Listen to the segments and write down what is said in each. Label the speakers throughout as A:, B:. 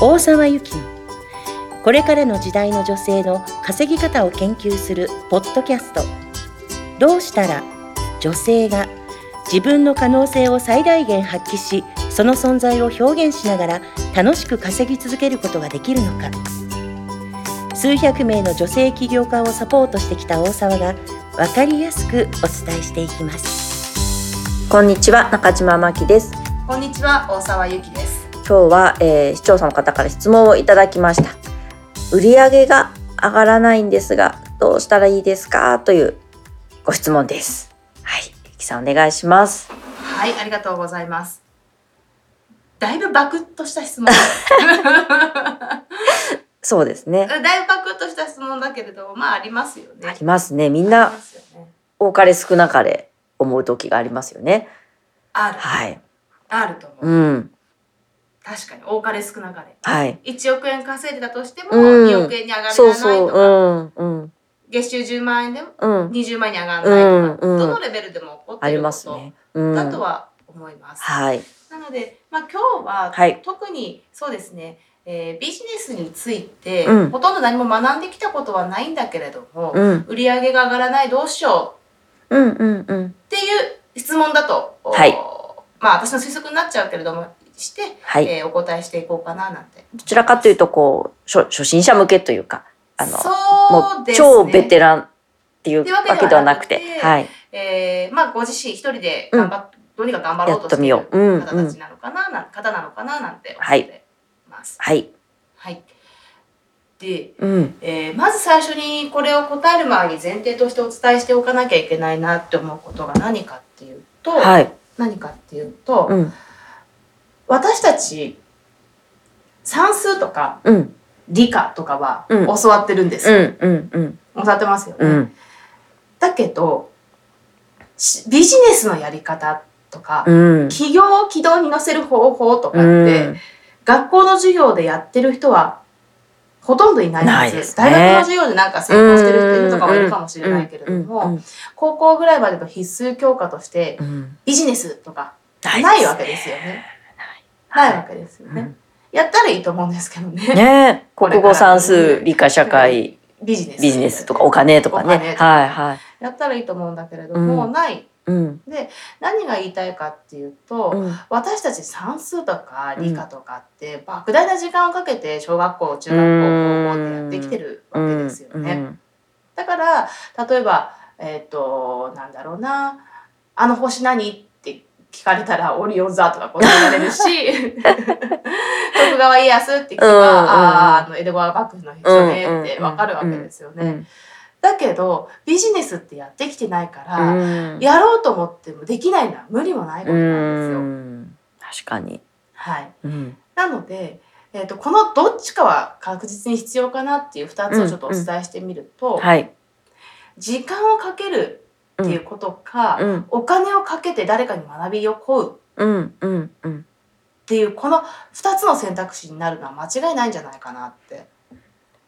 A: 大沢由紀のこれからの時代の女性の稼ぎ方を研究するポッドキャストどうしたら女性が自分の可能性を最大限発揮しその存在を表現しながら楽しく稼ぎ続けることができるのか数百名の女性起業家をサポートしてきた大沢が分かりやすくお伝えしていきます
B: こんにちは中島真希です
C: こんにちは、大沢ゆきです。
B: 今日は、えー視聴者の方から質問をいただきました売上が上がらないんですがどうしたらいいですかというご質問ですはい、ゆきさんお願いします
C: はい、ありがとうございます。だいぶバクッとし た質問。
B: そうですね
C: だいぶバクッとした質問だけれども、まあありますよね。
B: ありますねみんな
C: すよね。
B: 多かれ少なかれ思う時がありますよね
C: ある、
B: はい
C: あると思う。
B: うん
C: 確かに、多かれ少なかれ。
B: はい
C: 1億円稼いでたとしても、
B: うん
C: 2億円に上がらないとか、
B: そうそううんうん
C: 月収10万円でも
B: うん
C: 20万円に上がらないと
B: う
C: か、
B: んうん
C: どのレベルでも起こって
B: あ
C: い
B: り
C: るこ
B: ます
C: と
B: ねうん
C: だとは思います。
B: はい
C: なので、まあ、今日は、
B: はい
C: 特にそうですね、えービジネスについて、
B: うん
C: ほとんど何も学んできたことはないんだけれども、
B: うん
C: 売り上げが上がらないどうしよ
B: うんうんうん
C: うっていう質問だと、お
B: はい
C: まあ私の推測になっちゃうけれどもして、
B: はい
C: えーお答えしていこうかななんて。
B: どちらかというとこう初初心者向けというかあのも
C: そう
B: う
C: ですね。
B: 超ベテランっていう
C: って
B: わ
C: わ
B: け
C: け
B: で
C: で
B: は
C: は
B: な
C: な
B: く
C: く
B: て
C: て、
B: はい、
C: えーまあご自身一人で頑張っ、どうにか頑張ろうとしてい
B: や
C: る
B: ってみよううん
C: 方たちなのかな、なん方なのかななんて
B: は
C: 思
B: い
C: ってます。
B: はい、
C: はい。で、
B: うん、
C: えーまず最初にこれを答える前に前提としてお伝えしておかなきゃいけないなって思うことが何かっていうと、
B: はい、
C: 何かっていうと、
B: うん、
C: 私たち算数とか
B: うん、
C: 理科とかは
B: うん
C: 教わってるんです
B: う
C: よ、
B: ん、うん、うん、
C: 教わってますよね。
B: うん、
C: だけどしビジネスのやり方とか、
B: うん、
C: 企業を軌道に乗せる方法とかって、
B: うん、
C: 学校の授業でやってる人はほとんどいない
B: な
C: はいず
B: ですね
C: 大学の授業でなんか成功してる人いるとかはいるかもしれないけれども、高校ぐらいまでの必須教科として
B: うん、
C: ビジネスとか
B: な
C: ないわけですよね。
B: な
C: ないいわけですよね。やったらいいと思うんですけどね。
B: ね、
C: これ
B: 国
C: から
B: 語算数理科社会
C: ビジネス。
B: ビジネスとかお金とかね、
C: お金とか
B: はいはい、
C: やったらいいと思うんだけれども、
B: うん
C: ない。
B: うん、
C: 何が言いたいかっていうと、
B: うん、
C: 私たち算数とか理科とかって、莫大な時間をかけて小学校、中学校、高校ってやってきてるわけですよね。
B: うん、
C: だから例えばえっ、となんだろうな「あの星何?」って聞かれたら「オリオン座」とか答えら れるし徳川家康って聞けば「
B: うんうん
C: あああの江戸川幕府の人ね」ってわかるわけですよね。
B: うん、
C: だけどビジネスってやってきてないから、
B: うん、
C: やろうと思ってもできないのは無理もないことなんですよ。
B: うん、確かに、
C: はい、
B: うん、
C: なので、えー、とこのどっちかは確実に必要かなっていう2つをちょっとお伝えしてみると、
B: はい、
C: 時間をかけるっていうことか、
B: うん、
C: お金をかけて誰かに学びを請うっ
B: うん、うん、うん。
C: ていうこの2つの選択肢になるのは間違いないんじゃないかなって、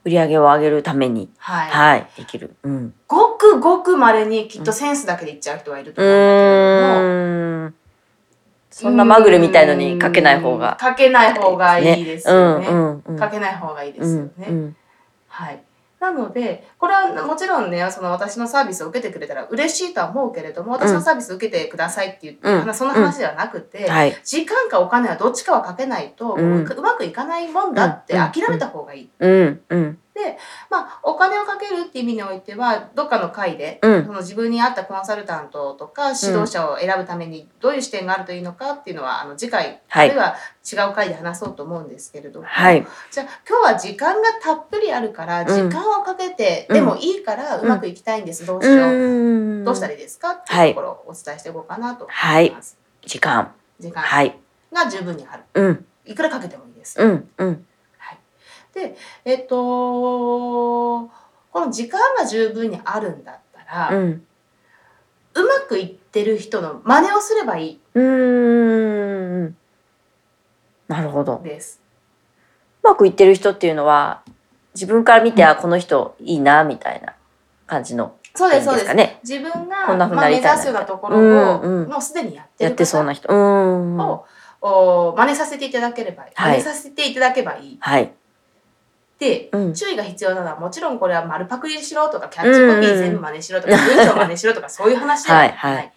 B: 売り上げを上げるために、
C: はい
B: はい、できる。うん。
C: ごくごくまれにきっとセンスだけでいっちゃう人はいると
B: う
C: 思うんだけれども。
B: ーん。そんなまぐれみたいのにかけない方
C: うん
B: が。
C: かけない方がいいですよね。
B: うん、うん、
C: かけない方がいいですよね。
B: うん、
C: はい。なので、これはもちろんね、その私のサービスを受けてくれたら嬉しいとは思うけれども、私のサービスを受けてくださいっていう、
B: うん
C: そんな話ではなくて、
B: うん。はい。
C: 時間かお金はどっちかはかけないと、
B: うん
C: うまくいかないもんだって
B: うんうん
C: 諦めた方がいい。
B: うん、うん、
C: まあ、お金をかけるって意味においてはどっかの会で、
B: うん
C: その自分に合ったコンサルタントとか指導者を選ぶためにどういう視点があるといいのかっていうのはあの次回、
B: はい
C: あるいは違う会で話そうと思うんですけれども、
B: はい。
C: じゃあ今日は時間がたっぷりあるから
B: ん
C: 時間をかけて、
B: うん
C: でもいいからうまくいきたいんです、どうし
B: う
C: よう、
B: ーん。
C: どうしたら
B: いい
C: いいですかっていうところをお伝えしていこうかなと思います。
B: 時間。
C: 時間
B: はい。
C: が十分にある
B: うん、
C: いくらかけてもいいです。
B: うん、うん。
C: はい、でえっとこの時間が十分にあるんだったら、
B: う。
C: うんまくいってる人の真似をすればいいう
B: ーん。なるほど。う
C: です。
B: まくいってる人っていうのは、自分から見て、あ、この人いいな、みたいな感じの。
C: そうですそう
B: いい
C: で
B: ん
C: す。
B: かね。
C: 自分
B: こんな風
C: が
B: に
C: ま
B: な
C: あ、
B: り
C: 目
B: たいな
C: 指すようなところを、
B: うんうん
C: もうすでにやって
B: やっ
C: る
B: てそうな
C: 方
B: 人。うーん。
C: をお真似させていただければいい、
B: はい
C: 真似させていただけばいい
B: はい。
C: で
B: うん。
C: 注意が必要なのはもちろんこれは丸パクリしろとかキャッチコピー全部真似しろ とか文章真似しろとかそういう話では
B: は
C: ないい
B: はい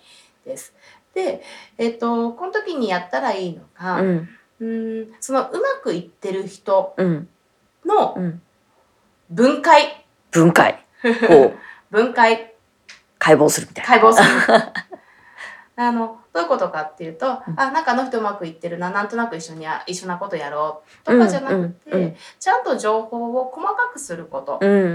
C: です。で、えっとこの時にやったらいいのが、
B: う。
C: うんんそのうまくいってる人
B: うん。
C: の
B: うん。
C: 分解
B: 分解。こう、
C: 分解
B: 解剖するみたいな。
C: 解剖 する。あのどういうことかっていうと、
B: うん
C: あなんかあの人うまくいってるななんとなく一緒にや一緒なことやろうと
B: うん
C: かじゃなくて、
B: うんうん
C: ちゃんと情報を細かくすること、
B: うんうんうんう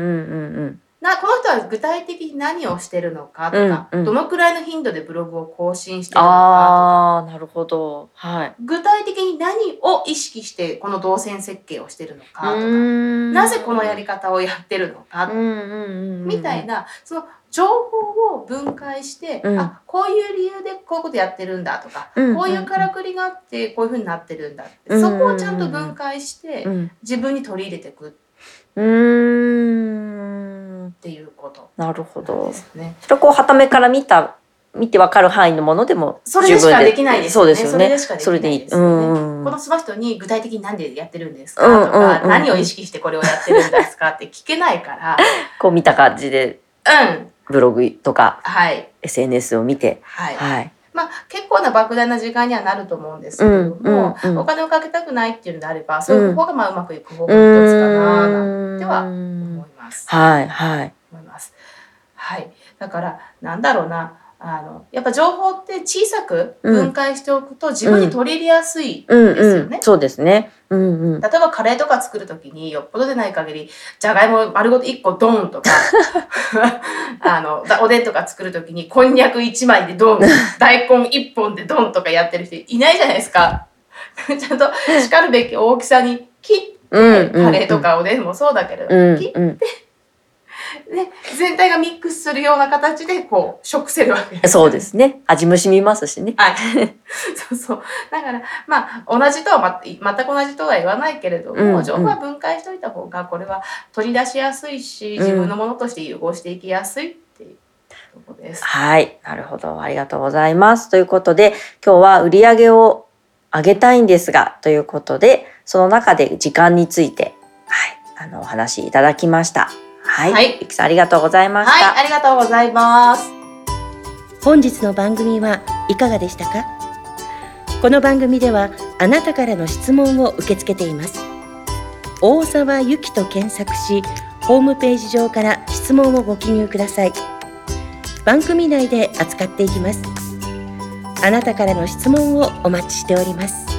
B: ん。
C: なこの人は具体的に何をしてるのかとか、
B: うんうん
C: どのくらいの頻度でブログを更新してるのか
B: ああ、なるほど。はい。
C: とか具体的に何を意識してこの動線設計をしてるのかとかな
B: な
C: ぜこのやり方をやってるのか、
B: うんうんうん。
C: みたい
B: な。
C: なその情報を分解して、
B: うん
C: あこういう理由でこういうことやってるんだとか、
B: うんうんうん
C: こういうからくりがあってこういうふうになってるんだって、
B: うんうんうん
C: そこをちゃんと分解して、
B: うん。
C: 自分に取り入れていくっ
B: うーん。
C: ていうこと
B: なるほ
C: なん
B: ど
C: で。すね。
B: それをこう、はためから見た、見てわかる範囲のものでも十
C: そ
B: 分
C: れ
B: で。
C: でしかできないです
B: そう
C: よね。
B: ですよ
C: それ
B: ね。
C: でしかでき
B: そ
C: な
B: れ
C: い
B: でいい。
C: です
B: う
C: よね
B: んうんう
C: こ
B: ん
C: の。その人に具体的に何でやってるんですか
B: うんうんうん
C: とか、何を意識してこれをやってるんですかって聞けないか
B: こう見た感じで、
C: ら、うん、
B: ブログとか
C: はい、
B: SNS を見て。
C: はい。
B: はい。
C: まあ結構な莫大な時間にはなると思うんですけれども、
B: うんうんうん
C: お金をかけたくないっていうのであれば、そういう方がまあうまくいく方法の一つかな
B: ー
C: なんて
B: ん
C: では思います。
B: はいはい。
C: 思います。はい。だからなんだろうな。あのやっぱ情報って小さく分解しておくと自分に取り入れやすい
B: うんうん。
C: ですよね
B: そうですね。うんうん。
C: 例えばカレーとか作るときによっぽどでない限りじゃがいも丸ごと1個ド ンとかあのだおでんとか作るときにこんにゃく1枚 でドン大根1本でドンとかやってる人いないじゃないですか。 ちゃんとしかるべき大きさに切って、
B: うんうん
C: カレーとかおでんもそうだけれど、
B: うん
C: 切っ
B: うん。
C: て、ね、全体がミックスするような形でこう食せるわけです。
B: そうですね。味も染みますしね。
C: はい、 そうそうだからまあ同じとはま全く同じとは言わないけれども、
B: うんうん
C: 情報は分解しておいた方がこれは取り出しやすいし、
B: うん
C: 自分のものとして融合していきやすいっていうとこです。
B: はい。なるほど。ありがとうございます。ということで、今日は売り上げを上げたいんですが、ということで、その中で時間について、はい。あの、お話しいただきました。はい。
C: はい
B: ゆきさん、ありがとうございました。
C: はい、ありがとうございます。
A: 本日の番組はいかがでしたかこの番組ではあなたからの質問を受け付けています大沢由紀と検索しホームページ上から質問をご記入ください番組内で扱っていきますあなたからの質問をお待ちしております